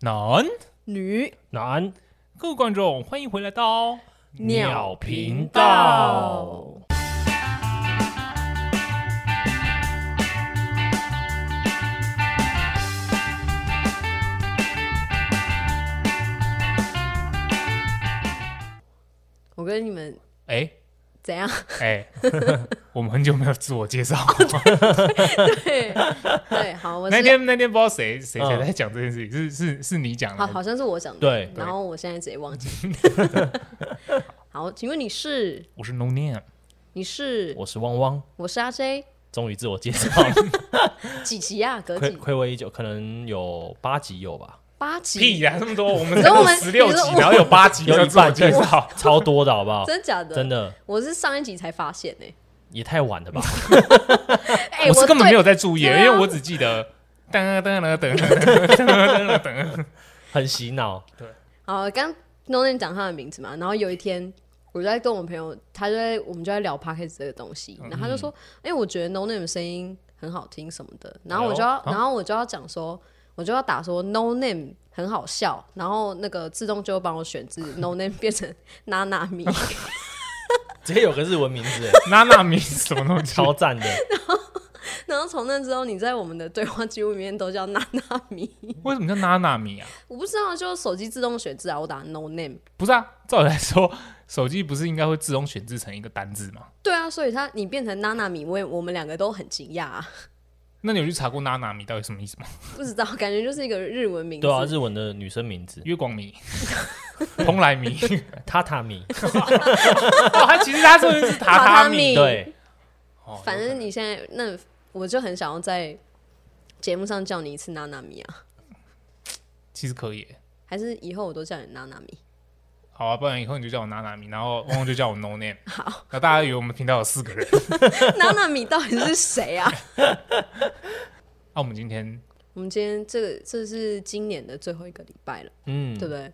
男女男各位观众，欢迎回来到鸟频道。我跟你们哎怎样？哎，我们很久没有自我介绍了。对对，好，我那是天那天不知道谁谁谁嗯在讲这件事情，是是是你讲好，的，好像是我讲的，对然后我现在直接忘记。好，请问你是我是 No Name，你是我是汪汪，我是阿 J 终于自我介绍了，几集啊？隔亏几亏我已久，可能有八集有吧，八集？屁呀，这么多，我们你说我们十六你说集，我然后有八集有要一自我半介介绍，绍，超多的好不好？真假的？真的我是上一集才发现呢、也太晚了吧？哎、我是哦根本没对有在注意，因对啊为我只记得噔噔噔噔噔，很洗脑，好，刚 n o n 讲他的名字嘛，然后有一天我就在跟我朋友，他就在我们就在聊 podcast 这个东西，嗯然后他就说，哎、我觉得 No Name 的声音很好听什么的，然哎后我就要，然后我就要讲说，我就要打说 No Name 很好笑，然后那个自动就会帮我 选自 No Name 变成娜娜咪，直接有个日文名 字，娜娜咪是什么东西？超赞的。然后从那之后你在我们的对话记录里面都叫娜娜咪，为什么叫娜娜咪啊？我不知道，就手机自动选字啊，我打 No Name。不是啊，照理来说，手机不是应该会自动选制成一个单字吗？对啊，所以他你变成娜娜米，我也我们两个都很惊讶、啊，那你有去查过娜娜米到底什么意思吗？不知道，感觉就是一个日文名字。对啊，日文的女生名字，月光米、蓬莱米，榻榻米。哦，它其实它说的是榻榻榻榻米米。对，哦反正你现在那，我就很想要在节目上叫你一次娜娜米啊，其实可以耶，还是以后我都叫你娜娜米？好啊，不然以后你就叫我娜娜米，然后汪汪就叫我 No Name。好，那大家以为我们频道有四个人。娜娜米到底是谁啊？那我们今天我们今天这个这是今年的最后一个礼拜了，嗯对，不对？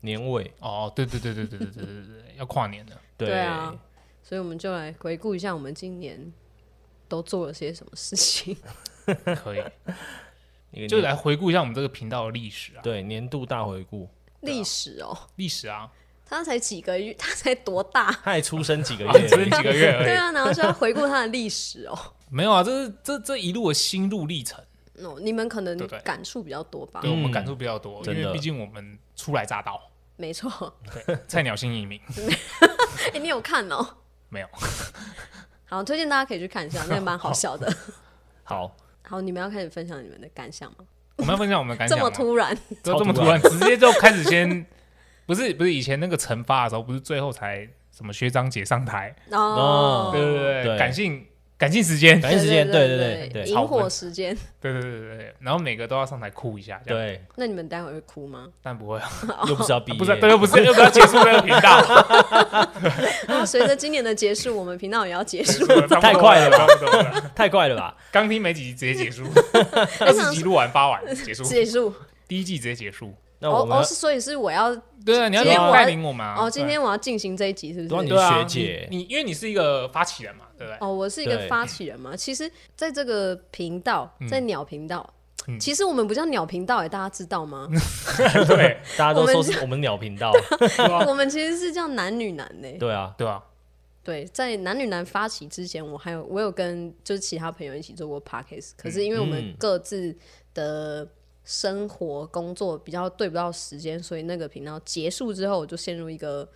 年尾，哦，对对对对对对对对对对，要跨年了。对啊所以我们就来回顾一下我们今年都做了些什么事情。可以，一个就年来回顾一下我们这个频道的历史啊，对年度大回顾，历史哦，历史啊，他才几个月，他才多大？他也出生几个啊月而已，只是几个月而对已。啊，然后就要回顾他的历史哦。没有啊，这是这这一路的心路历程，哦，你们可能对不对感触比较多吧？对我们嗯感触比较多，因真为的毕竟我们初来乍到， 没错，菜鸟新移民。哎、你有看哦？没有。 好，推荐大家可以去看一下，那个蛮好笑的。好，好，你们要开始分享你们的感想吗？我们要分享我们的感这想么吗？突然，就这么突然，直接就开始先，不是不是以前那个惩罚的时候，不是最后才什么学长姐上台，哦，对对对，对感性感性时间，感谢时间，对对对对对萤火时间。对对对对对，然后每个都要上台哭一下，这样，对，那你们待会会哭吗？ 但不会，又不是要毕业，不是，对，又不是又不要结束这个频 道，然后啊随着今年的结束，我们频道也要结束。太快了吧差不多了，太快了吧？刚听没几集直接结 束，我二十集录完发完 结束，结束第一季直接结束，那我哦们哦，是所以是我要对啊，你要今天我带领我们啊哦，今天我要进行这一集，是不对啊是？你对啊，学姐你你因为你是一个发起人嘛，对不对？哦，我是一个对发起人嘛。其实，在这个频道，在鸟频道，嗯其实我们不叫鸟频道，哎，大家知道吗？ 对大家都我们说是我们鸟频道， 我们其实是叫男女男呢。对啊，对啊，对，在男女男发起之前，我还有我有跟就是其他朋友一起做过 podcast，可是因为我们嗯各自的生活工作比较对不到时间，所以那个频道结束之后，我就陷入一个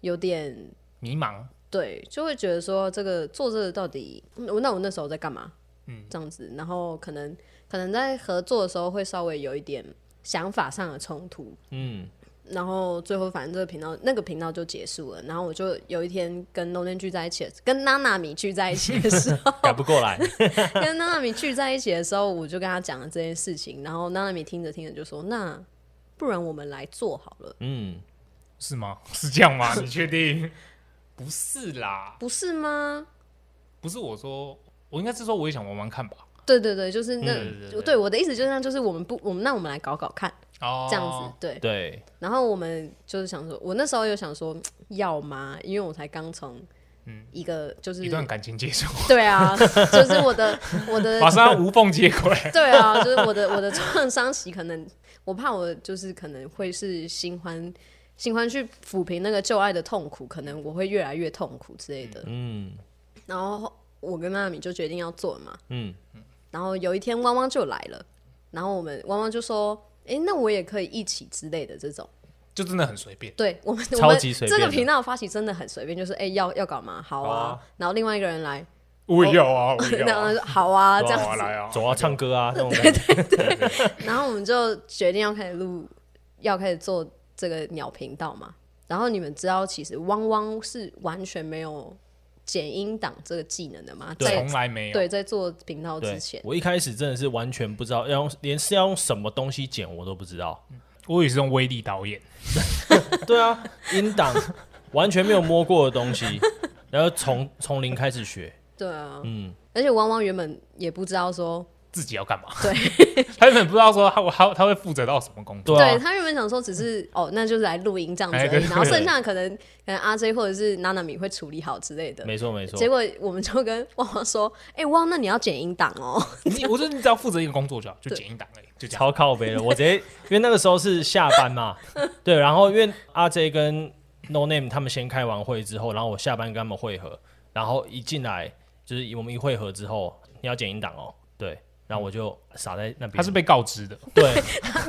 有点迷茫，对，就会觉得说这个做这个到底，嗯我那我那时候在干嘛？嗯，这样子，然后可能可能在合作的时候会稍微有一点想法上的冲突，嗯，然后最后反正这个频道那个频道就结束了。然后我就有一天跟 No n 聚在一起的，跟娜娜米聚在一起的时候， 改不过来，跟娜娜米聚在一起的时候，我就跟他讲了这件事情。然后娜娜米听着听着就说：“那不然我们来做好了，嗯，是吗？ 是这样吗？你确定？ 不是啦，不是吗不是我说，我应该是说我也想玩玩看吧。？”对对对，就是那、嗯对对对对我的意思就是那样，就是我们不，我们那我们来搞搞看哦，这样子，对。对，然后我们就是想说，我那时候有想说要吗？因为我才刚从一个就是嗯一 段感情结束，对啊，就是我的我的 马上要无缝接轨。对啊，就是我的我的创伤期可能我怕我就是可能会是新欢，新欢去抚平那个旧爱的痛苦，可能我会越来越痛苦之类的。嗯然后我跟妈咪就决定要做了嘛。嗯，然后有一天汪汪就来了，然后我们汪汪就说：“诶，那我也可以一起之类的这种。” 就真的很随便。对我们，我超们级随这便个的频道的发起真的很随便，就是哎、要要搞嘛，好好啊。啊然后另外一个人来，我也要啊，我也 然要后啊就好啊哦这对啊，样我子。来啊，走啊，唱歌啊，那种感觉。然后我们就决定要开始录，要开始做这个鸟频道嘛。然后你们知道，其实汪汪是完全没有剪音档这个技能的嘛？对在从来没有。对，在做频道对之前，，我一开始真的是完全不知道要用，连是要用什么东西剪我都不知道。我也是用威力导演，对啊，音档完全没有摸过的东西，然后从从零开始学。对啊，嗯，而且汪汪原本也不知道说，自己要干嘛？对， 他原本不知道说他他他会负责到什么工作。对啊，他原本想说只是哦，那就是来录音这样子哎而对已，对然后剩下的可能可能阿 J 或者是娜娜米会处理好之类的。没错没错结。果我们就跟汪汪说：“哎、汪，那你要剪音档哦。 你我说你只要负责一个工作就好，就对剪一档而已，就这样。超靠北的，我直接因为那个时候是下班嘛，对，然后因为阿 J 跟 No Name 他们先开完会之后，然后我下班跟他们会合，然后一进来就是我们一会合之后，你要剪音档哦，对，然后我就傻在那边，他是被告知的，对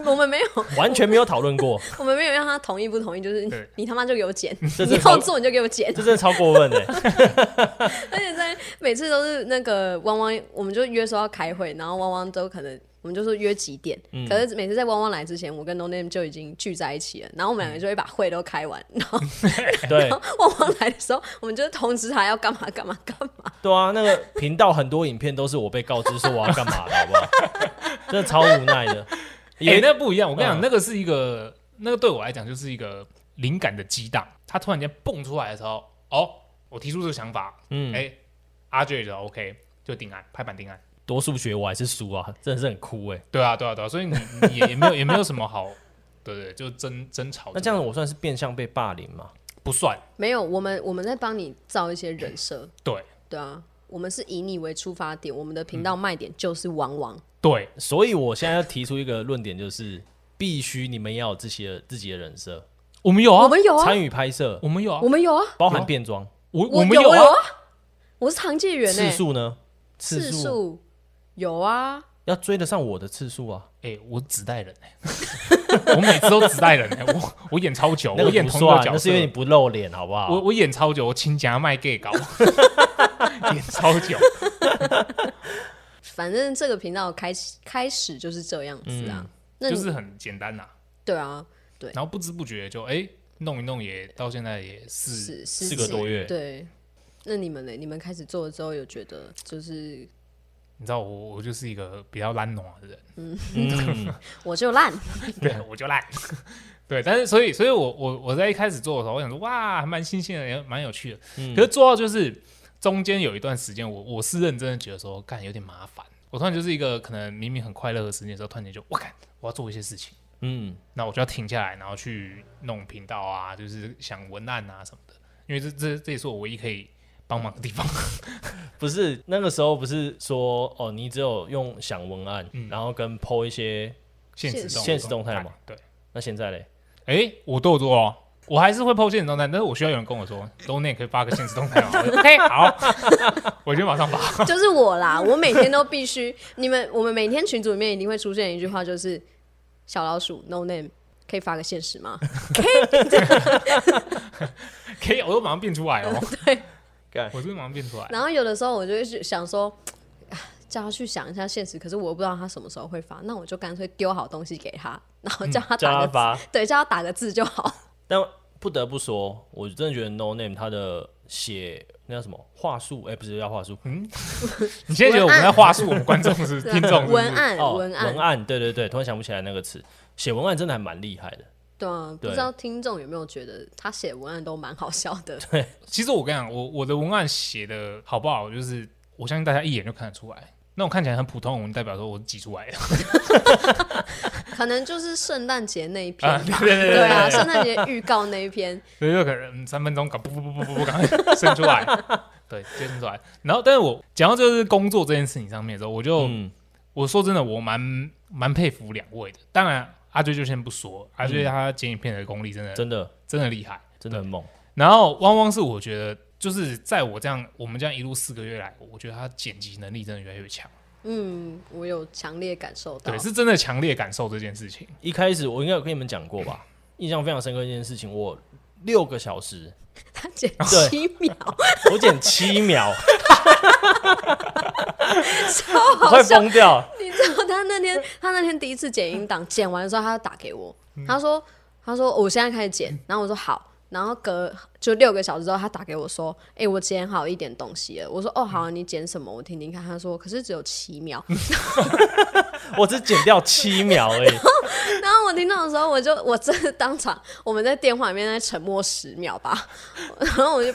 我们没有，完全没有讨论 过， 我们没有让他同意不同意，就是你对 你他妈就给我剪，这你是要超做你就给我剪 这。真的超过分欸的， 而且在每次都是那个汪汪，我们就约说要开会，然后汪汪都可能我们就说约几点，可是每次在汪汪来之前，我跟 No Name 就已经聚在一起了，然后我们两个就会把会都开完， 然后对汪汪来的时候，我们就通知他要干嘛干嘛干嘛。对啊，那个频道很多影片都是我被告知说我要干嘛的，好不好？真的超无奈的， 哎、也那不一样。我跟你讲，嗯那个是一个，那个对我来讲就是一个灵感的激荡。他突然间蹦出来的时候，哦，我提出这个想法，嗯哎、阿 J 就 OK，就定案，拍板定案。多数学我还是输啊，真的是很哭哎、对啊，对啊，对啊，所以你你也也没有也没有什么好，对对，就争争吵。那这样我算是变相被霸凌吗？不算，没有，我们我们在帮你造一些人设，对对啊，我们是以你为出发点，我们的频道卖点就是汪汪。对，所以我现在要提出一个论点，就是必须你们要有这些自己的人设，我们有我啊，们有啊，参与拍摄，我们有啊，我们有啊，包含变装我我们有啊我有，啊，我是常纪人次呢，数呢？次次数有啊，要追得上我的次数啊！哎、我只带人、 欸，我每次都只带人、欸，我我演超久，那我个演不同一个算，角那色是因，为你不露脸，好不好？我我演超久，我亲家卖 gay 搞， 演超久。反正这个频道开始开始就是这样子嗯啊。那你、就是很简单呐、对啊，对然后不知不觉就哎、弄一弄也到现在也是是是四个多月对。那你们呢？你们开始做了之后，有觉得就是你知道我我就是一个比较懒惰的 人，嗯，我就烂，对，我就懒， 对，但是所以所以我我我在一开始做的时候，我想说哇，还蛮新鲜的，也蛮有趣的，嗯可是做到就是中间有一段时间，我我是认真的觉得说干有点麻烦，我突然就是一个可能明明很快乐的时间的时候，突然间就我干我要做一些事情，嗯，那我就要停下来，然后去弄频道啊，就是想文案啊什么的，因为这这这也是我唯一可以帮忙的地方。不是那个时候不是说哦，你只有用想文案，然后跟 PO 一些，现实动现实动态嘛，对，那现在嘞，哎、我都有做哦，我还是会 PO 现实动态，但是我需要有人跟我说 d o n a 可以发个现实动态吗我就？OK，好， 我就马上发。就是我啦。我每天都必须，你们我们每天群组里面一定会出现一句话，就是小老鼠 no name 可以发个现实吗？可以，我都马上变出 来哦，干我就马上变出来。然后有的时候我就会去想说，啊叫他去想一下现实，可是我又不知道他什么时候会发，那我就干脆丢好东西给他，然后叫他嗯叫打他个字，发， 对，叫他打个字就好。但不得不说，我真的觉得 No Name 他的写那叫什么话术，哎、不是叫话术，你现在觉得我们在话术我们观众是不啊是听众是不是文案，哦，文案，对对对，突然想不起来那个词，写文案真的还蛮厉害的。对啊，不对知道听众有没有觉得他写文案都蛮好笑的？其实我跟你讲，我我的文案写的好不好，就是我相信大家一眼就看得出来。那种看起来很普通的文，代表说我是挤出来的。 可能就是圣诞节那一篇啊吧，对对对对啊，圣诞节预告那一篇， 所以就可能嗯三分钟搞不不不不不不，赶快生出来， 对，就生出来。然后，但是我讲到就是工作这件事情上面的时候，我就、嗯我说真的，我蛮蛮佩服两位的。当然，阿追就先不说，阿追他剪影片的功力真的、嗯真的真的厉害。真的很猛。然后汪汪是我觉得就是在我这样我们这样一路四个月来，我觉得他剪辑能力真的越来越强，嗯，我有强烈感受到啊对，，是真的强烈感受这件事情。一开始我应该有跟你们讲过吧，印象非常深刻一件事情，我六个小时，他剪对七秒，我剪七秒， 超我好快笑。疯掉。你知道他那天， 他那天第一次剪音档，剪完的时候他就打给我，嗯他说，他说哦我现在开始剪，然后我说好，然后隔就六个小时之后，他打给我说，哎、我剪好一点东西了，我说哦好、啊，你剪什么我听听看，他说可是只有七秒， 我只剪掉七秒 而已， 然后我听到的时候，我就我真的当场我们在电话里面在沉默十秒吧， 然后我就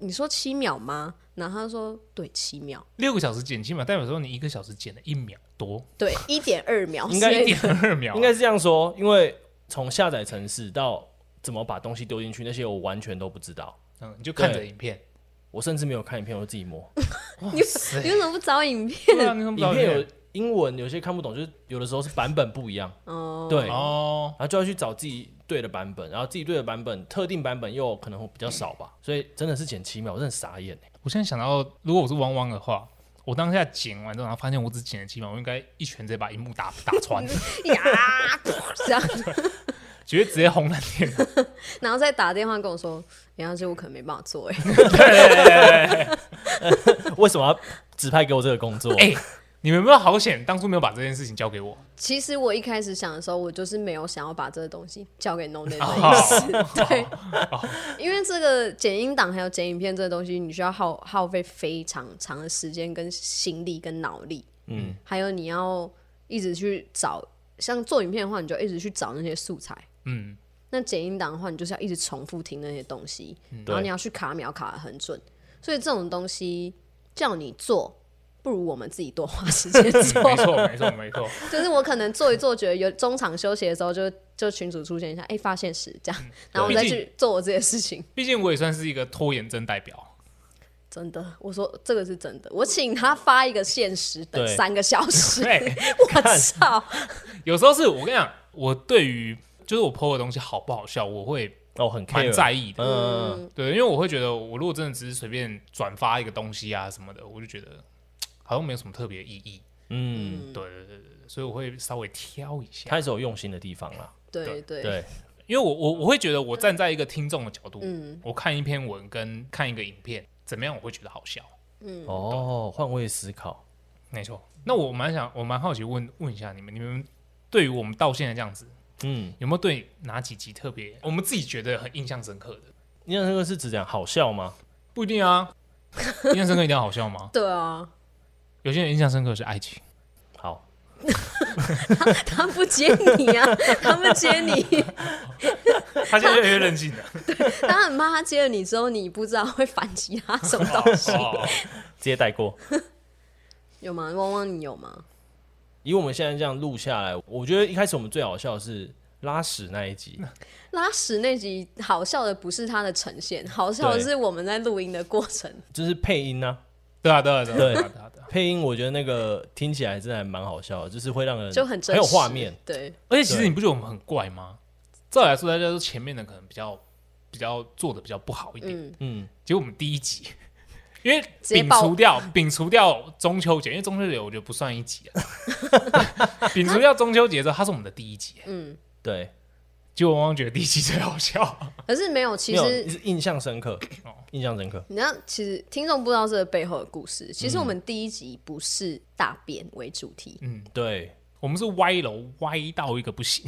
你说七秒吗？然后他说对七秒，六个小时剪辑嘛，代表说你一个小时剪了一秒多，对一点二秒，应该一点二秒啊应。该是这样说，因为从下载程式到怎么把东西丢进去，那些我完全都不知道，嗯，你就看着影 片，我甚至没有看影片，我就自己摸。哇塞你为什么不找影片？对啊，你怎么影找片有英文，有些看不懂，就是有的时候是版本不一样， 哦，对，然哦，后就要去找自己对的版本，然后自己对的版本，特定版本又可能会比较少吧，所以真的是剪七秒，我真的傻眼欸我现在想到，如果我是汪汪的话，我当下剪完之后，然后发现我只剪了几秒，我应该一拳直接把荧幕打打 穿，呀，这样，绝对直接轰烂 电脑。然后再打电话跟我说，杨老师，我可能没办法做哎、为什么要指派给我这个工作？ 哎、 你们有没有好险？当初没有把这件事情交给 我，其实我一开始想的时候，我就是没有想要把这个东西交给 No Name 哦的意思， 对，因为这个剪音档还有剪影片这个东西，你需要耗耗费非常长的时间、跟心力、跟脑力，嗯，还有你要一直去找，像做影片的话，你就一直去找那些素材，嗯，那剪音档的话，你就是要一直重复听那些东西，然后对你要去卡秒卡的很准，所以这种东西叫你做，不如我们自己多花时间做。没错，没错，没错。就是我可能做一做，觉得有中场休息的时候就，就群主出现一下，哎、发现时这嗯样，然后我再毕竟去做我自己的事情。毕竟我也算是一个拖延症代表。 真的，我说这个是真的，我请他发一个限时，等对三个小时，对，我 操！有时候是我跟你讲，我对于就是我 PO 的东西好不好笑，我会哦，很 care，蛮在意的。嗯，对，因为我会觉得，我如果真的只是随便转发一个东西啊什么的，我就觉得好像没有什么特别意义。嗯，对对对对，对所以我会稍微挑一下，开始有用心的地方啦，对对对，因为我我我会觉得我站在一个听众的角度，我看一篇文跟看一个影片，怎么样我会觉得好笑。哦，换位思考，没错，那我蛮想，我蛮好奇问问一下你们，你们对于我们到现在这样子，嗯，有没有对哪几集特别，我们自己觉得很印象深刻的？印象深刻是指讲好笑吗？不一定 啊，印象深刻一定要好笑吗？对啊，有些人印象深刻是爱情，好，他不接你啊， 他不接你， 他现在越来越任 性了。他很怕他接了你之后，你不知道会反击他什么东 西。哦，直接带过。有吗？汪汪，你有吗？以我们现在这样录下来，我觉得一开始我们最好笑的是拉屎那一集，拉屎那集好笑的不是它的呈现，好笑的对是我们在录音的过程。就是配音呢、对啊，对啊，对啊，对对啊，对啊对啊。配音我觉得那个听起来真的还蛮好笑的，就是会让人就很真嗯很有实，画面。对，而且其实你不觉得我们很怪吗？照理来说，大家都前面的可能比较比较做的比较不好一点，嗯，嗯，结果我们第一集， 因为直接摒爆除掉摒除掉中秋节，因为中秋节我觉得不算一集啊。 摒除掉中秋节之后，它是我们的第一集，嗯对，结果汪汪觉得第一集最好笑。 可是没有，其没有实是印象深刻，印象深刻。你知道，其实听众不知道这个背后的故事。其实嗯我们第一集不是大便为主题，对，我们是歪楼歪到一个不行，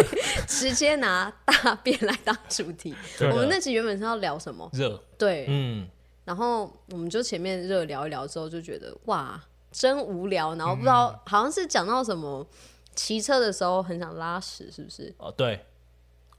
直接拿大便来当主 题。对我们那集原本是要聊什么？热对，啊嗯，然后我们就前面热聊一聊之后，就觉得哇，真无聊。然后不知嗯道、好像是讲到什么骑车的时候很想拉屎，是不是？哦，对，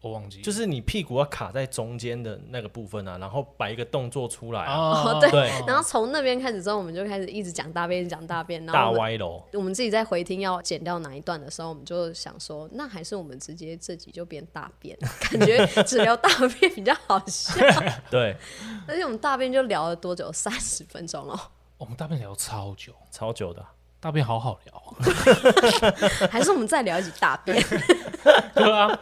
我忘记就是你屁股要卡在中间的那个部分啊，然后摆一个动作出来啊、哦对对，然后从那边开始之后，我们就开始一直讲大便，一直讲大便，然后大我们歪楼。我们自己在回听要剪掉哪一段的时候，我们就想说，那还是我们直接这集就变大便， 感觉只聊大便比较好 笑。对，而且我们大便就聊了多久？三十分钟哦，我们大便聊超久，超久的啊、大便好好聊 啊，还是我们再聊一集大便？ 对啊。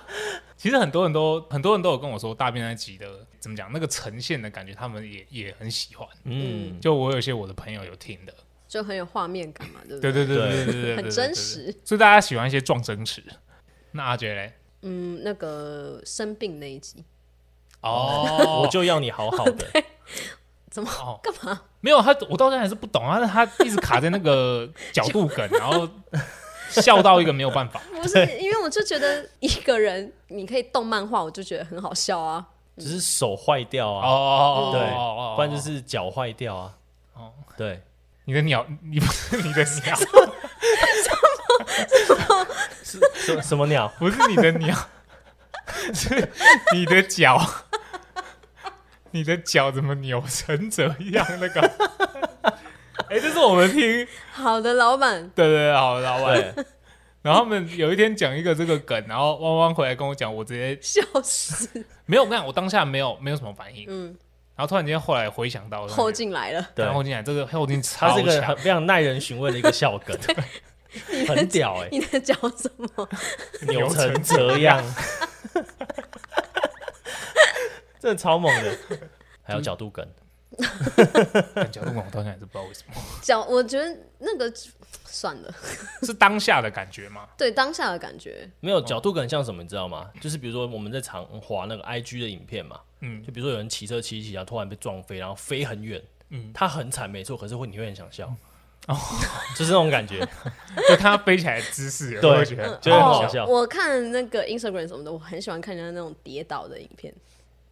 其实很多人都很多人都有跟我说，大便那集的怎么讲，那个呈现的感觉，他们也也很喜欢。嗯，就我有一些我的朋友有听的，就很有画面感嘛，对不对对？对对对对对对对，很对真。实对所以大家喜欢一些撞争词。那阿杰嘞？嗯，那个生病那一集哦我就要你好好的，哦，干嘛？没有他，我到现在还是不懂啊。他一直卡在那个角度梗，然后笑到一个没有办法。不是，因为我就觉得一个人你可以动漫画，我就觉得很好笑啊。只是手坏 掉哦啊，哦，对哦不然就是脚坏掉啊。哦对，你的鸟，你不是你的鸟，是什什么鸟？不是你的鸟， 是你的脚，你的脚怎么扭成这样？那个， 哎、这是我们听，好的，老板，对对对，好老板。对，然后他们有一天讲一个这个梗，然后汪汪回来跟我讲，我直接笑死，没有，我跟你讲，我当下没有没有什么反应，嗯，然后突然间后来回想到后，劲来了，然后对后进来这个后劲超它是一个强很，非常耐人寻味的一个笑梗，很屌哎，你的脚怎么？扭成这样，真的超猛的。还有角度梗， 但角度我到现在还是不知道为什么，脚，我觉得那个算了，是当下的感觉吗？对当下的感觉，没有角度梗像什么，你知道吗？就是比如说我们在常滑那个 IG 的影片嘛，嗯就比如说有人骑车骑一骑啊，突然被撞飞，然后飞很远，嗯，他很惨没错，可是会你会很想 笑，就是那种感觉，就看它飞起来的姿势，对我会觉得觉得很哦好笑哦。我看那个 Instagram 什么的，我很喜欢看人家那种跌倒的影片，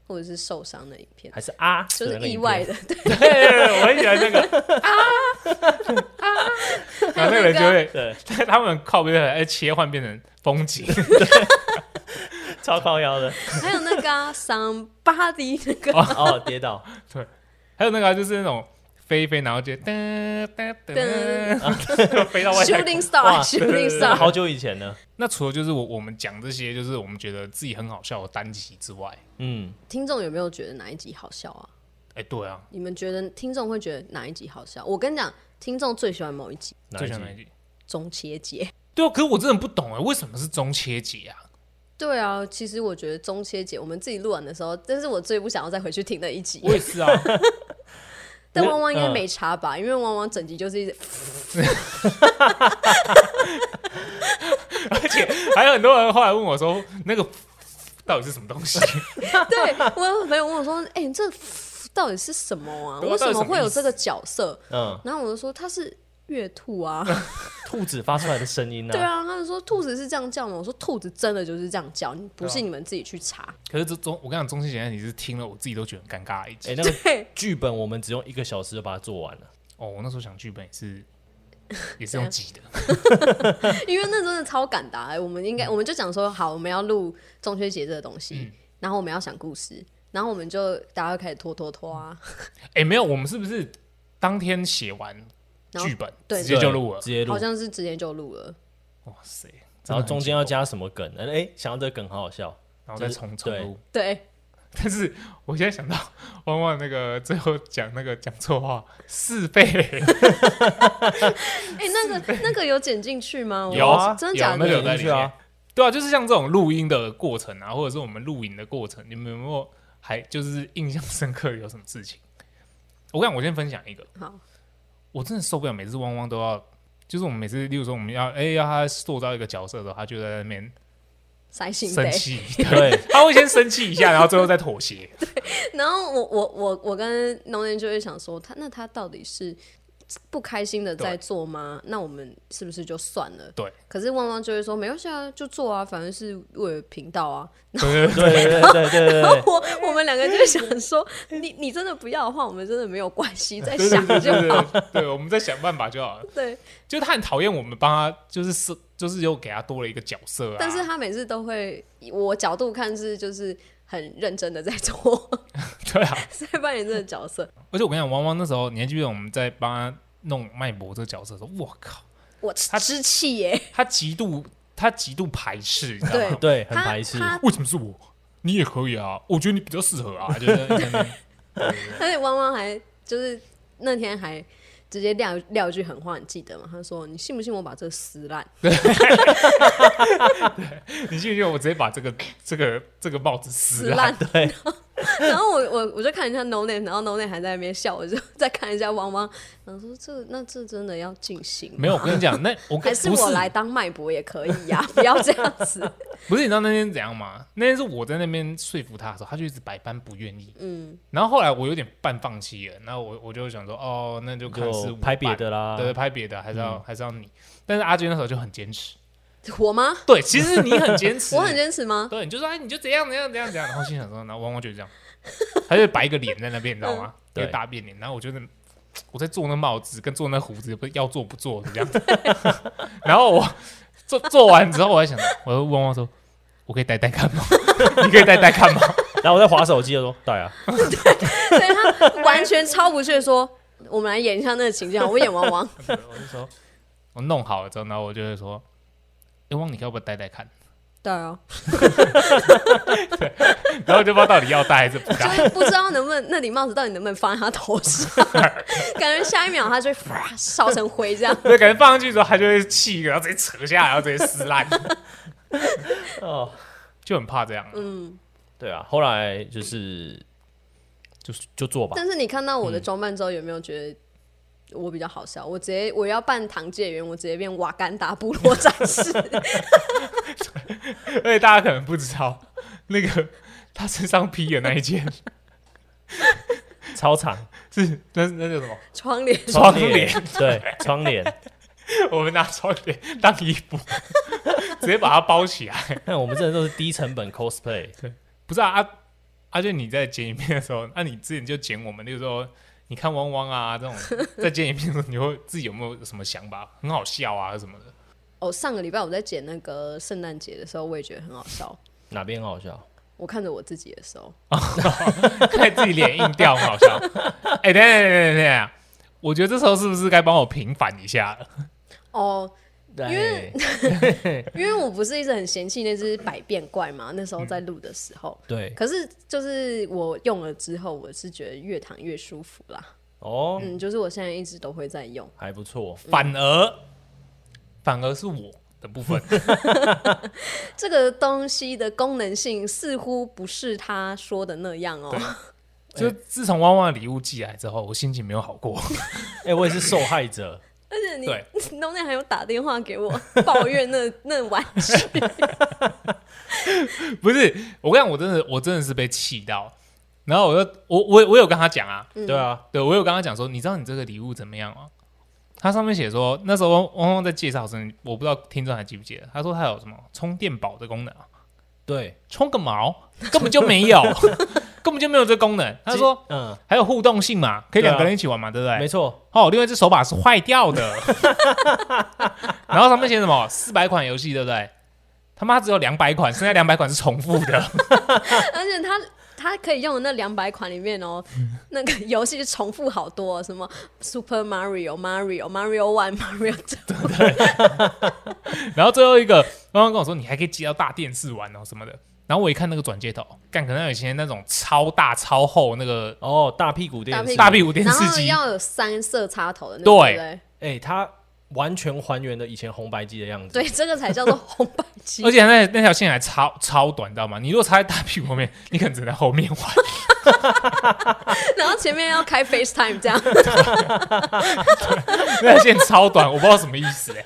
或者是受伤的影片，还是啊，就是那个意影外片的，对，对，我很喜欢那个啊啊，然后那个人就会，对，对他们靠边的哎切换变成风 景，超高腰的还有那个啊 somebody 那 个哦，跌倒，还有那个啊就是那种飞一飞，然后就噔噔噔，噔就飞到外太空。 shooting star 哇 shooting 那 star，好久以前呢，那除了就是我我们讲这些，就是我们觉得自己很好笑的单集之外，嗯， 听众有没有觉得哪一集好笑啊？哎，对啊，你们觉得听众会觉得哪一集好笑？我跟你讲，听众最喜欢某一集哪最一喜集欢哪一集？中切节。对啊，可是我真的不懂哎，为什么是中切节啊？ 对啊，其实我觉得中切节我们自己录完的时候，这是我最不想要再回去听的一集。我也 是啊，但我汪汪应该嗯没差吧？因为汪汪整集就是一直 而且还有很多人后来问我说，那个到底是什么东西？ 对我有朋友问我说：“哎、你这到底是什么啊？对啊为什到底么会什么意有思这个角色嗯？”，然后我就说：“他是月 兔啊。兔子发出来的声音”呢对，啊，他就说：“兔子是这样叫吗？”我说：“兔子真的就是这样叫，你不信你们自己 去查。可是这中我跟你讲，中切节那集是听了我自己都觉得很尴尬的一集哎，。那个对，剧本我们只用一个小时就把它做完了，哦，我那时候想剧本也 是也是用挤的，因为那真的超赶的啊、我们应该我们就讲说，好，我们要录中秋节这个东西，嗯然后我们要想故事，然后我们就大家就开始拖拖拖啊。哎、没有，我们是不是当天写完然后剧本对直接就录了对？直接录好，像是直接就录了，哇塞！真的然后很中紧间要加什么梗？哎、想到这个梗好好笑，然后再就是重重对录。对，但是我现在想到汪汪那个最后讲那个讲错话四倍，哎、那个那个有剪进去吗？我有啊真的假那个的？有有在里进去啊面。对啊，就是像这种录音的过程啊，或者是我们录影的过程，你们有没有还就是印象深刻有什么事情？我跟你讲，我先分享一个，好，我真的受不了，每次汪汪都要，就是我们每次，例如说我们要哎、要他塑造一个角色的时候，他就在那边塞信生杯。气，对，他会先生气一下，然后最后再妥协。 然后我我我我跟农人就会想说，他那他到底是不开心的在做吗？那我们是不是就算了？对。可是汪汪就会说没关系啊，就做啊，反正是为了频道啊。对对对对对对 对，我我们两个就会想说， 你你真的不要的话，我们真的没有关系，再对对想对就对啊好。对，对，我们再想办法就好了。对，就是他很讨厌我们帮他，就是是就是又给他多了一个角色啊。但是他每次都会，以我角度看是就是很认真的在做， 对啊，在扮演这个角色。而且我跟你讲，汪汪那时候你还记不记得我们在帮他弄脉搏这个角色的时候，我靠，我他知气耶，他极度他极度排斥，你知道对吗？对，很他白痴，他，为什么是我？你也可以啊，我觉得你 比较适合啊，就是在那边对对对而且汪汪还就是那天还直接撂撂一句狠话，你记得吗？他说：“你信不信我把这个撕烂你信不信我直接把这个这个这个帽子撕撕烂？烂？”对。 然后我我我就看一下 No Name，然后 No Name 还在那边笑，我就再看一下汪汪，然后说：“这那这真的要进行吗？没有，我跟你讲，那我跟还是不我来当脉搏也可以呀、不要这样 子。不是你知道那天怎样吗？那天是我在那边说服他的时候，他就一直百般不愿意。嗯，然后后来我有点半放弃了，然后我我就想说，哦，那就看是就我拍别办，的啊嗯啦。对，拍别的还是要、还是要你。但是阿娟那时候就很坚持，我吗？对，其实你很坚持， 我很坚持吗？对，你就说哎，你就怎样怎样怎样怎样，然后心想说，然后汪汪就这样，他就摆一个脸在那边，你知道吗？一对个大变脸。然后我觉得我在做那帽子跟做那胡子，不是要做不做的这样子。 然后我做做完之后，我还想，我就问汪汪说，我可以戴戴看吗？ 你可以戴戴看吗？ 然后我在划手机的时候，对啊，对他完全超不屑说，我们来演一下那个情境好，我演汪汪。 我就说，我弄好了之后，然后我就会说，哎、汪，你要不要戴戴看？ 对啊，然后就不知道到底要戴还是不戴。 就是不知道能不能那顶帽子到底能不能放在他头上， 感觉下一秒他就会唰烧成灰这样。对，感觉放上去之后，他就会气一个，然后直接扯下来，然后直接撕烂， 哦，就很怕这样。嗯，对啊，后来就是就是就做吧，但是你看到我的装扮之后，有没有觉得？我比较好笑，我直接我要扮唐介元，我直接变瓦干达部落战士， 而且大家可能不知道，那个他身上披的那一件超长是那那叫什么 窗帘窗帘帘？，对，窗帘。我们拿窗帘当衣服，直接把它包起来。但我们真的都是低成本 cosplay，不是啊，阿、啊、阿俊，你在剪影片的时候，那、你之前就剪我们，例如说你看汪汪啊这种，在剪影片的时候，你会自己有没有什么想法？很好笑啊什么的。哦，上个礼拜我在剪那个圣诞节的时候，我也觉得很好笑。哪边好笑？我看着我自己的时候，看自己脸硬掉，很好笑。哎、等等等等等等，我觉得这时候是不是该帮我平反一下了？哦，因为因为我不是一直很嫌弃那只百变怪嘛，那时候在录的时候，对可是就是我用了之后，我是觉得越躺越舒服啦。哦，嗯，就是我现在一直都会在用。还不错，反而反而是我的部分，这个东西的功能性似乎不是他说的那样哦、就自从汪汪的礼物寄来之后，我心情没有好 过。哎，我也是受害者，而且你 对弄内还有打电话给我抱 怨那那玩具，不是，我跟你讲，我真的我真的是被气到，然后我就我我我有跟他讲啊，嗯对啊，对我有跟他讲说，你知道你这个礼物怎么样吗？他上面写说，那时候汪汪汪在介绍的时候，我不知道听众还记不记得，他说他有什么充电宝的功能啊，对，充个毛，根本就没有， 根本就没有这功能。他说其嗯，还有互动性嘛，可以对啊两个人一起玩嘛，对不对没？错，哦，另外一只手把是坏掉的， 然后上面写什么四百款游戏，对不对？他妈只有两百款，剩下两百款是重复的， 而且他。他可以用的那两百款里面哦，嗯那个游戏重复好多哦、什么 Super Mario、Mario、Mario One、Mario Two，然后最后一个，刚刚跟我说你还可以接到大电视玩哦什么的，然后我一看那个转接头，干可能有以前那种超大超厚那个哦，大屁股电大屁视，大屁股电然视后机，要有三色插头的那个，对对不对？哎，它完全还原了以前红白机的样子，对，这个才叫做红白机而。且那那条线还超超短，你知道吗？你如果插在大屁股后面，你可能只能在后面玩，然后前面要开 FaceTime 这样，那条线超短，我不知道什么意思哎、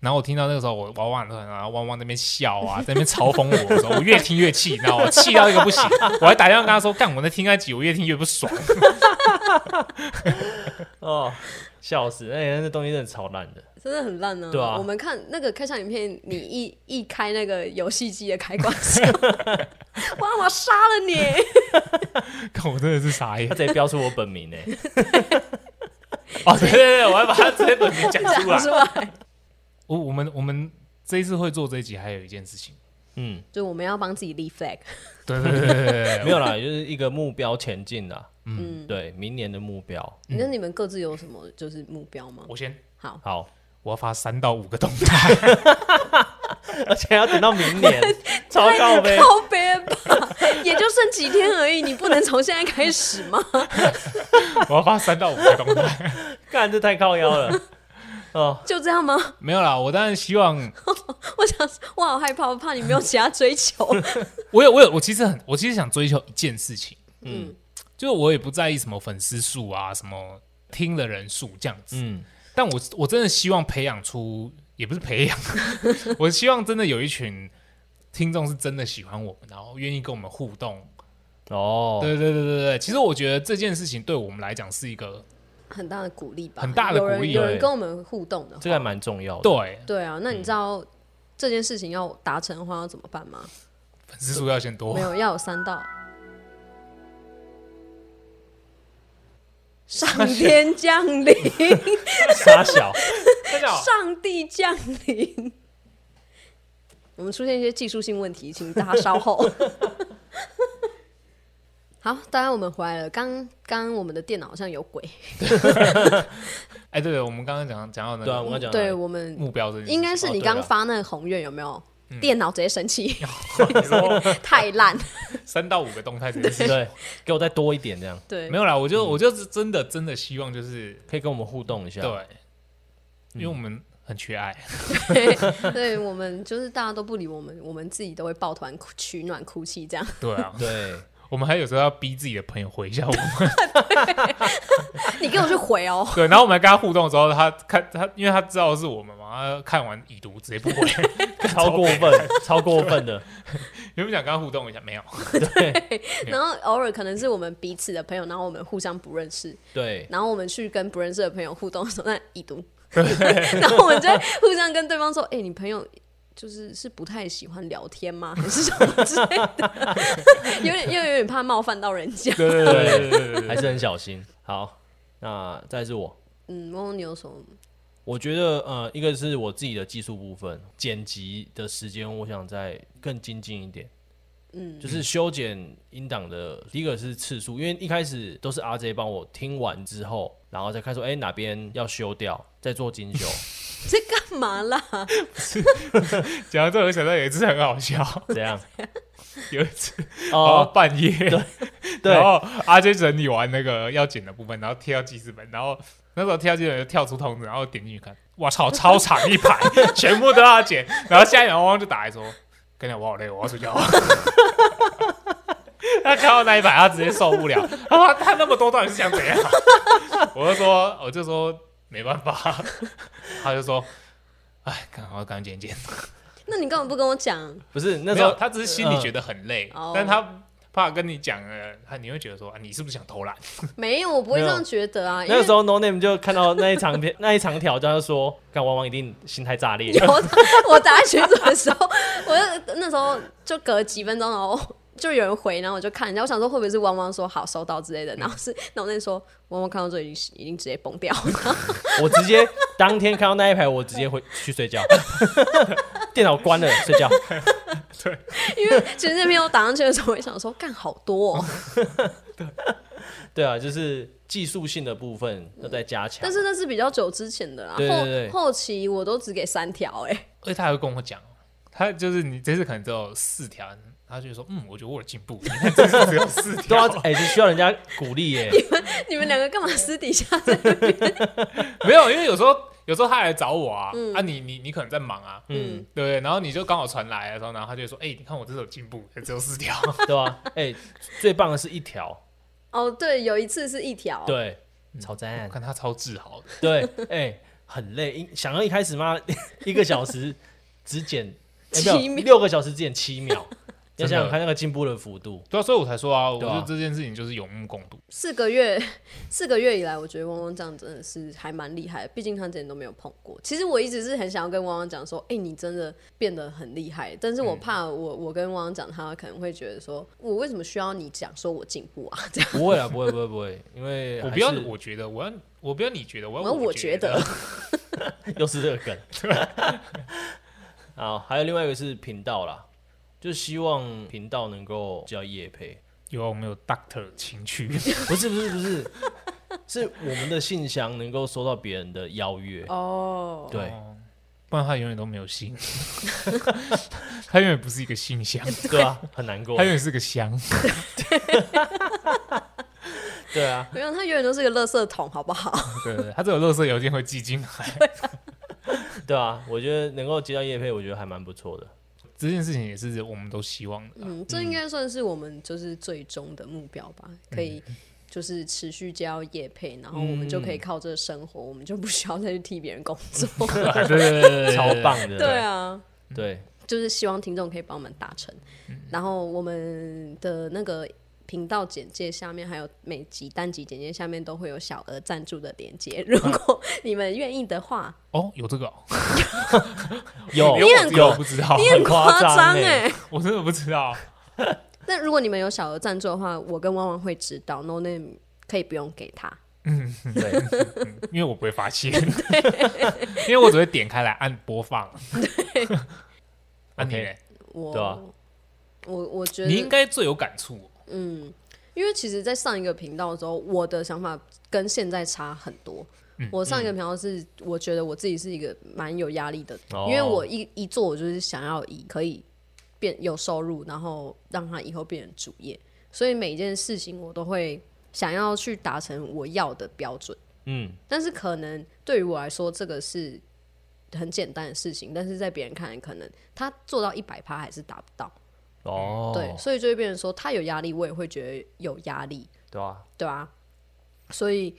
然后我听到那个时候，我汪汪的，啊然后汪汪那边笑啊，在那边嘲讽我的时候，我越听越气，你知道吗？我气到一个不行，我还打电话跟他说：“干，我在听那集，我越听越不爽。 哦，笑死，哎，那东西真的超烂的，真的很烂呢、对啊我们看那个开箱影片，你一一开那个游戏机的开关 时，哇，我杀了你！”看，我真的是傻眼它。直接标出我本 名哎，哦，对对对，我还把他直接本名讲出来 讲。出来，我我们我们这一次会做这一集，还有一件事情，嗯，就我们要帮自己立 flag。对对对对对没对，有啦，就是一个目标前进啦，嗯，对，明年的目标，那你们各自有什么就是目标吗？我先。嗯好，好， 我要发三到五个动态， 哎而且要等到明年，超高呗，靠别吧， 也就剩几天而已，你不能从现在开始吗？我要发三到五个动态。干这太靠腰 了。哦，就这样吗？没有啦，我当然希望我想，我好害怕，我怕你没有其他追 求。我有我有，我其实很，我其实想追求一件事情，嗯，就是我也不在意什么粉丝数啊，什么听的人数这样子，嗯但我我真的希望培养出，也不是培养， 我希望真的有一群听众是真的喜欢我们，然后愿意跟我们互动。哦，对对对对对，其实我觉得这件事情对我们来讲是一个很大的鼓励吧，很大的鼓励欸有人有对人跟我们互动的话，这个还蛮重要的。对对啊。那你知道、嗯这件事情要达成的话要怎么办吗？粉丝数要先多没。有，要有三道。 上天降 临，傻小，真的哦上帝降临。我们出现一些技术性问题，请大家稍 后。好，当然我们回来了。刚刚我们的电脑好像有鬼，哎，对对，我们刚刚讲讲到那 对啊，我个刚讲对我们目标这件事情，应该是哦你对啊嗯刚发那个宏愿有没有？电脑直接生 气，太烂。 三到五个动态这件事情。对，给我再多一点这样，对没，有啦，我嗯就我就是真的真的希望就是可以跟我们互动一下。对，因嗯为我们很缺爱。 对我们就是大家都不理我们，我们自己都会抱团哭取暖哭泣这样。对啊， 对，我们还有时候要逼自己的朋友回一下我们。你给我去回哦， 对，然后我们还跟他互动的时候，他看他，因为他知道是我们嘛，他看完已读直接不 回。超过分，超过分的，原本想跟他互动一下，没有。 对然后偶尔可能是我们彼此的朋友，然后我们互相不认识，对，然后我们去跟不认识的朋友互动的时候，那已 读，然后我们就会互相跟对方说：“哎、你朋友就是是不太喜欢聊天吗？还是什么之类的？有点又有点怕冒犯到人家。对对对对对还是很小心。好，那再来是我，”嗯，问问你有什么？ 我觉得呃，一个是我自己的技术部分，剪辑的时间，我想再更精进一点。嗯，就是修剪音档的，第一个是次数，因为一开始都是 RJ 帮我听完之后，然后再看说，哎、哪边要修掉，再做精修。你在干嘛啦？对，讲到这，我想到有一次很好笑，怎 样？有一次哦哦，半夜，对然后阿 J 整理完那个要剪的部分，然后贴到记事本，然后那时候贴到记事本就跳出通知，然后点进去看，哇 操，超长一排， 全部都要剪，然后下一秒汪汪就打来说，跟你讲我好累，我要睡觉。 他看到那一排，他直接受不了。他说他那么多，到底是想怎样？ 我就说，我就说没办法。 他就说，哎，看好赶紧剪剪。那你干嘛不跟我讲？不是那没时有，候，哦他只是心里觉得很累，嗯但他怕跟你讲了，他你会觉得说啊，你是不是想偷懒？没有，我不会没这有样觉得啊。因那为个时候 No Name 就看到那一长篇 那一长条，他就说，看汪汪一定心态炸裂。 我我打在群组的时候，我就那时候就隔几分钟，然后就有人回，然后我就看人家，我想说会不会是汪汪说好收到之类嗯的，然后是脑内说汪汪看到这已经已经直接崩掉，我直接当天看到那一排，我直接回去睡觉， 电脑关了睡觉。因为其实那篇我打上去的时候，我也想说干好多、哦，对啊，就是技术性的部分要再加强。 但是那是比较久之前的啦，对对对后后期我都只给三条哎、而且他还会跟我讲，他就是你这次可能只有四条，他就说嗯，我觉得我有进步，你看这次只有 四都要条，哎、是需要人家鼓励耶、你们两个干嘛私底下在？没有，因为有时候有时候他来找我啊，啊你你你可能在忙啊，嗯，对不对？然后你就刚好传来的时候，然后他就说，哎、你看我这次有进步，只有四条，对吧、哎、最棒的是一条，哦，对，有一次是一条，对，超赞嗯我，看他超自豪的，对，哎、很累，一想要一开始嘛， 一个小时只减、哎七没有秒六个小时只减七 秒，真要的想想看那个进步的幅度，对啊，所以我才说啊，我对觉啊得这件事情就是有目共睹，四个月，四个月以来，我觉得汪汪这样真的是还蛮厉害的，毕竟他之前都没有碰过。其实我一直是很想要跟汪汪讲说，哎、你真的变得很厉害，但是我怕我、我跟汪汪讲，他可能会觉得说，我为什么需要你讲说我进步啊？这样，不会啊，不会，不会，不会，因为我还不要是我觉得，我要我不要你觉得，我要然后我觉觉得， 又是这个梗。 好，还有另外一个是频道啦，就希望频道能够叫业配，有啊我们有 Doctor 情趣。不是不是不是，是我们的信箱能够收到别人的邀约。 哦，对，哦不然他永远都没有信， 他永远不是一个信箱，对啊，很难过他，永远是个箱。对啊，没有，他永远都是个垃圾桶，好不好？ 对对，对他这种垃圾邮件会寄进来。对啊，我觉得能够接到叶配，我觉得还蛮不错的。 这件事情也是我们都希望的啦。嗯，这应该算是我们就是最终的目标吧，可以就是持续接到业配，然后我们就可以靠这生活，我们就不需要再去替别人工作。对对对对对 对，超棒 的，对啊，对，就是希望听众可以帮我们达成。然后我们的那个频道简介下面，还有每集单集简介下面都会有小额赞助的连接，如果你们愿意的话，哦，有这个、哦，有连我很自己都夸不知道，你很夸张张欸哎。我真的不知道。 那如果你们有小额赞助的话，我跟汪汪会知道，No Name 可以不用给他。对，因为我不会发 现，因为我只会点开来按播放。 啊，你 OK 嘞我对啊我我觉你应得，该最有感 触哦、嗯，因为其实，在上一个频道的时候，我的想法跟现在差很多。我上一个频道是，我觉得我自己是一个蛮有压力的，哦因为我一一做，我就是想要以可以变有收入，然后让它以后变成主业，所以每一件事情我都会想要去达成我要的标准。嗯，但是可能对于我来说，这个是很简单的事情，但是在别人看来，可能他做到一百趴还是达不到。哦，对，所以就会变成说他有压力，我也会觉得有压力，对啊，对吧、所以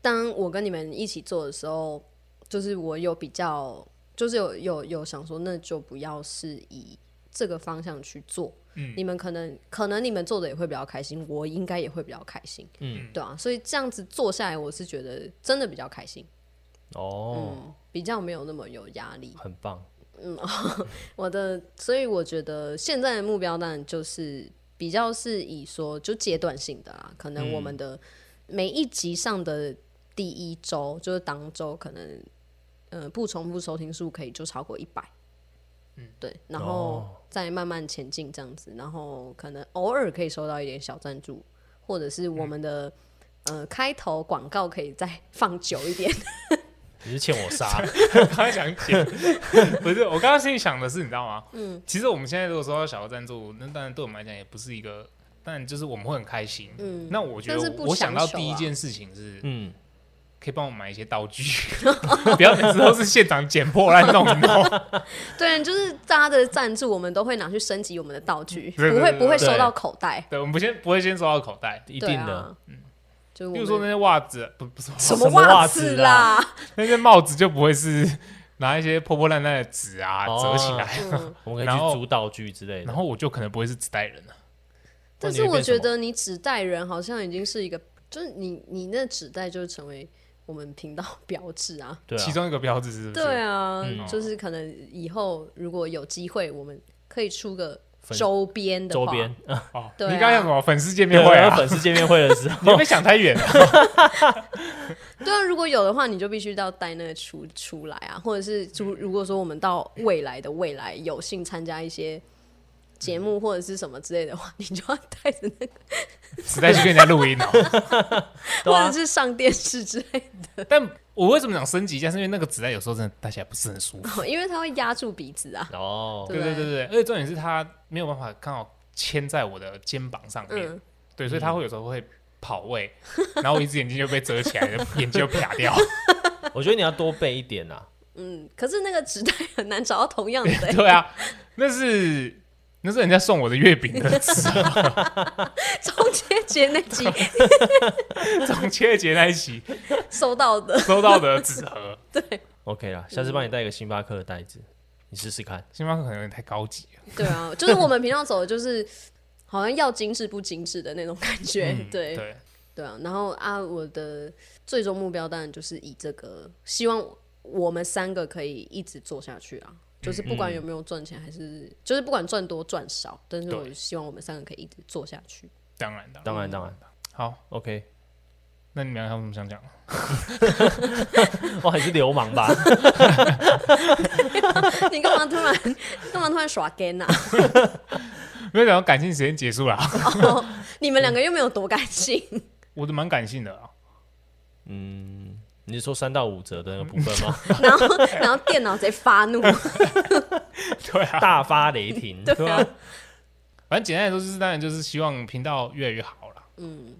当我跟你们一起做的时候，就是我有比较，就是有有有想说，那就不要是以这个方向去做。嗯，你们可能可能你们做的也会比较开心，我应该也会比较开心，嗯，对啊，所以这样子做下来，我是觉得真的比较开心，哦，嗯，比较没有那么有压力。很棒，我的，所以我觉得现在的目标当然就是比较是以说就阶段性的啦，可能我们的每一集上的第一周、就是当周，可能呃不重复收听数可以就超过一百，嗯，对，然后哦再慢慢前进这样子，然后可能偶尔可以收到一点小赞助，或者是我们的、呃开头广告可以再放久一点，你是欠我杀，刚才想剪， 不是我刚刚心里想的是，你知道吗？嗯，其实我们现在如果说到小额赞助，那当然对我们来讲也不是一个，但就是我们会很开心。嗯，那我觉得但是我,、不想强到求第一啊件事情是， 嗯，可以帮我买一些道具， 不要每次都是现场捡破烂弄一弄。对，就是大家的赞助，我们都会拿去升级我们的道具，嗯对对不会对不会对收到口袋。对，我们不先不会先收到口袋，一一定的，嗯啊、就是比我如说那们些袜子，不不是袜子什么什么袜子子啦，那些帽子就不会是拿一些破破烂烂的纸啊哦折起来，嗯，我们可然以后去租道具之类然的，后我就可能不会是纸袋人了。但是我觉得你纸袋人好像已经是一个，就是你你那纸袋就成为我们频道标志啊。对啊其，中一个标志是不是？对啊，哦嗯就是可能以后如果有机会，我们可以出个粉周边的周话边，哦，对啊你刚刚讲什么粉丝见面会对我啊们？粉丝见面会的时 你会不候，会想太远啊了。 对啊，如果有的话，你就必须到带那个出出来啊，或者是如如果说我们到未来的未来有幸参加一些节目或者是什么之类的话，你就要带着那个，实在去跟人家录音哦。对或啊者是上电视之类但我为什么想升级一下？是因为那个纸袋有时候真的戴起来不是很舒服。的，因为它会压住鼻子啊。哦，对对对对，而且重点是它没有办法刚好牵在我的肩膀上面，嗯，对，所以它会有时候会跑位， 然后我一只眼睛就被遮起来，眼睛就啪掉。我觉得你要多备一点啊，嗯，可是那个纸袋很难找到同样的、欸，对啊，那是那是人家送我的月饼的纸啊，中秋节那集中秋节那一期收 到的。收到的纸盒。 OK 啦，下次帮你带一个星巴克的袋子，你试试看。星巴克可能有点太高级了，对啊，就是我们平常走的就是好像要精致不精致的那种感觉，对嗯对，对啊，然后啊，我的最终目标当然就是以这个，希望我们三个可以一直做下去啊。就是不管有没有赚钱，还是就是不管赚多赚少，但是我对希望我们三个可以一直做下去。 当然的。当然，当然好， ，OK。那你们还有什么想讲？哇，你是流氓吧？你干嘛突然干嘛突然耍 gay 啊？ 没有讲到感性时间结束了啊，你们两个又没有多感性，我都蛮感性的啊。嗯，你是说三到五折的那个部分吗？然后然后电脑直接发怒，对啊，大发雷霆，对对吧、啊反正简单来说就是，当然就是希望频道越来越好啦。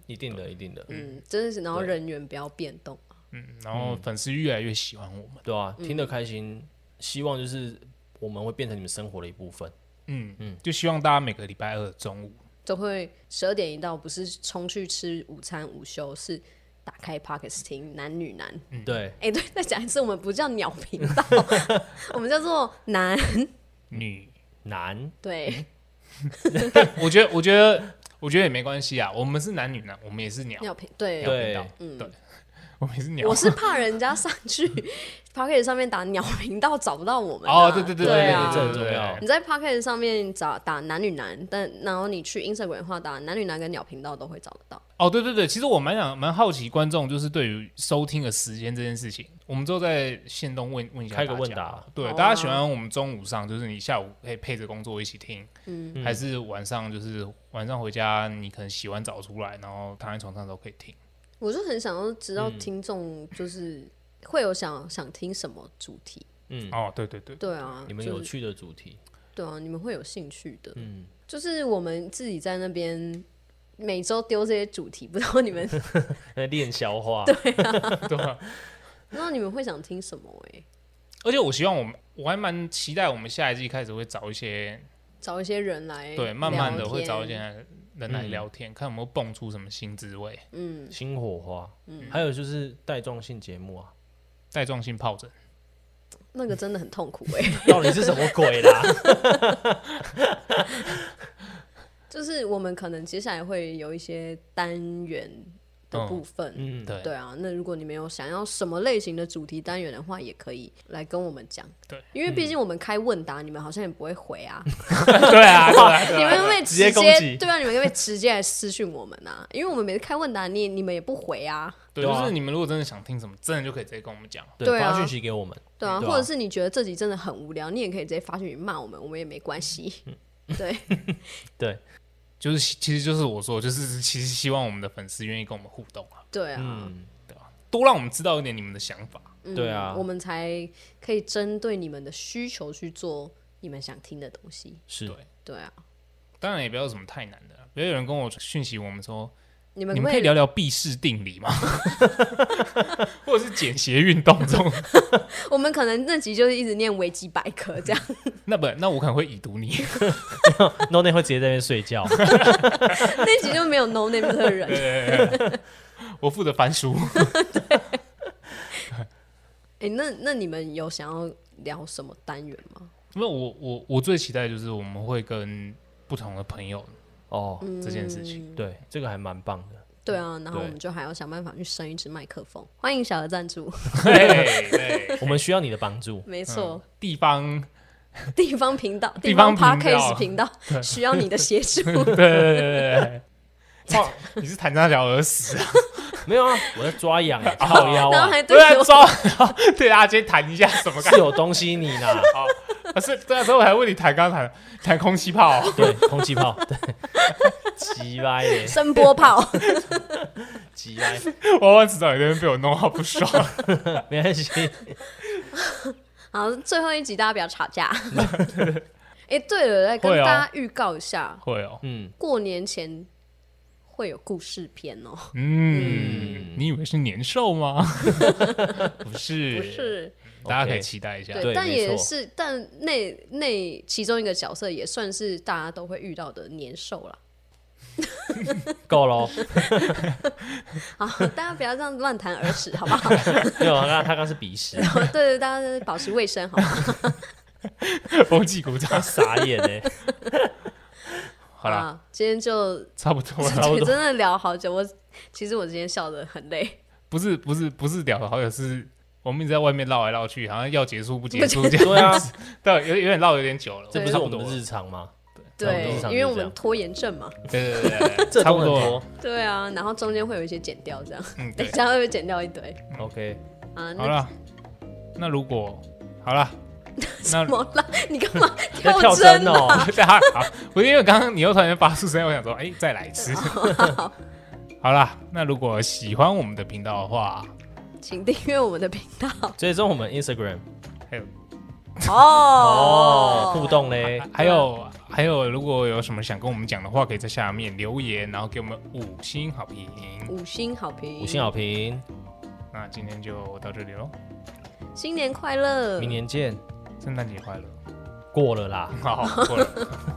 一定的，一定 的，嗯，真的是，然后人员不要变动，啊嗯，然后粉丝越来越喜欢我们。对啊，听得开心，希望就是我们会变成你们生活的一部分。嗯嗯，就希望大家每个礼拜二的中午，都会十二点一到，不是冲去吃午餐午休，是打开 Pockets 听男女男。对，哎、对，再讲一次，我们不叫鸟频 道，我们叫做男。嗯你，男对， 我觉得，我觉得，我觉得也没关系啊。我们是男女男，我们也是鸟，鸟频对。鸟对频道，对，我们也是鸟嗯我。是怕人家上 去 Pocket 上面打鸟频道找不到我们、啊。哦，对对对对对，啊这这很很重重要要。你在 Pocket 上面找打男女男，但然后你去 Instagram 的话，打男女男跟鸟频道都会找得到。哦，对对对，其实我蛮想蛮好奇观众就是对于收听的时间这件事情，我们之后在线动问问一下，开个问。答，对，好啊大家喜欢我们中午上，就是你下午可以配着工作一起听，嗯，还是晚上就是晚上回家，你可能洗完澡出来，然后躺在床上都可以听。我就很想要嗯知道听众就是会有想想听什么主题。哦，对对对，对啊，嗯你们就有是趣的主题，对啊，你们会有兴趣的。嗯，就是我们自己在那边每周丢这些主题，不知道你们， 那练消化，对啊。不知道你们会想听什么哎、而且我希望我们，我还蛮期待我们下一季开始会找一些，找一些人来对，慢慢的聊会天找一些人来聊天，看有没有蹦出什么新滋味，新火花，还有就是带状性节目啊， 带状性疱疹。那个真的很痛苦哎、到底是什么鬼 啦？ 就是我们可能接下来会有一些单元的部分。嗯，对对啊，那如果你们有想要什么类型的主题单元的话，也可以来跟我们讲。对，嗯因为毕竟我们开问答，你们好像也不会回啊，对啊，对啊，你对啊。们会不会直接攻击对啊，你们会不会直接来私讯我们啊？因为我们每次开问答，你也你们也不回啊。对，对啊就是你们如果真的想听什么，真的就可以直接跟我们讲。对对，啊发讯息给我们，对啊，对啊或者是你觉得这集真的很无聊，你也可以直接发讯息骂我们，我们也没关系。嗯对，对，就是其实就是我说，就是其实希望我们的粉丝愿意跟我们互动啊，对啊，嗯，多让我们知道一点你们的想法。嗯对啊我们才可以针对你们的需求去做你们想听的东西。是对，对啊，当然也不要有什么太难的啦，不要有人跟我讯息我们说，你们你可不们可可以以聊聊毕氏定理吗？或者是简谐运动这种？我们可能那集就是一直念维基百科这样， 那不，那我可能会已读你。 No n 会直接在那边睡 觉，那集就没有 no name 的 人。我负责翻书。哎、那那你们有想要聊什么单元吗？因为我我我最期待就是我们会跟不同的朋友哦，这件事 情。对，这个还蛮棒 的，对啊，然后对我们就还要想办法去生一支麦克风。欢迎小额赞助，对对，我们需要你的帮助，没错。地方地方频道、地地方方频道 podcast 频道需要你的协助。哇，你是谈三角而死啊？没有啊，我在抓痒啊，靠腰 然后啊，还对对啊，我，抓， 对啊，今天谈一下什么感是有东西你啦，啊， 是对啊，所以我还问你弹钢弹弹空气炮、哦，对，空气炮，对，急歪耶，声波炮， 急歪，我万迟早有一天被我弄好不爽。没关系，好，最后一集大家不要吵架。哎、对了，来跟会哦大家预告一下， 会哦，嗯，过年前会有故事片哦，嗯，你以为是年兽吗？ 不是，不，是？大家可以 OK 期待一下。对，对但没也错是，但那那其中一个角色也算是大家都会遇到的年兽啦。够哦喽，好，大家不要这样乱弹耳屎，好不好？没有，那他刚是鼻屎，对对，大家保持卫生，好吗？风纪鼓掌， 傻眼欸呢，好啦，啊，今天 就差不多了。差不对，多真的聊好久。我其实我今天笑得很 累，不是，不是，不是屌的好友是。我们一直在外面绕来绕去，好像要结束不结束不这样。对啊， 对，有有点绕有点久了， 这对我不是差我不们多的了。日常吗？差对不多，因为我们拖延症嘛，对对对对对，这差不都多能了。拖对啊，然后中间会有一些剪掉， 这样，嗯，等一对，下会不会剪掉一堆，OK，啊？好那了。那如果好 了，那怎么 了？你干嘛要跳跳针针啊？哦，对，好， 好不是因为刚刚你又突然间发出声音，我想说，哎、 再来一次。好啦，那如果喜欢我们的频道的话，请订阅我们的频道追踪我们 Instagram 还有哦，互动嘞，还啊有还有，如果有什么想跟我们讲的话，可以在下面留言，然后给我们五星好评。五星好评，五星好评，那今天就到这里喽，新年快乐，明年见，圣诞节快乐！过了啦。好，过了。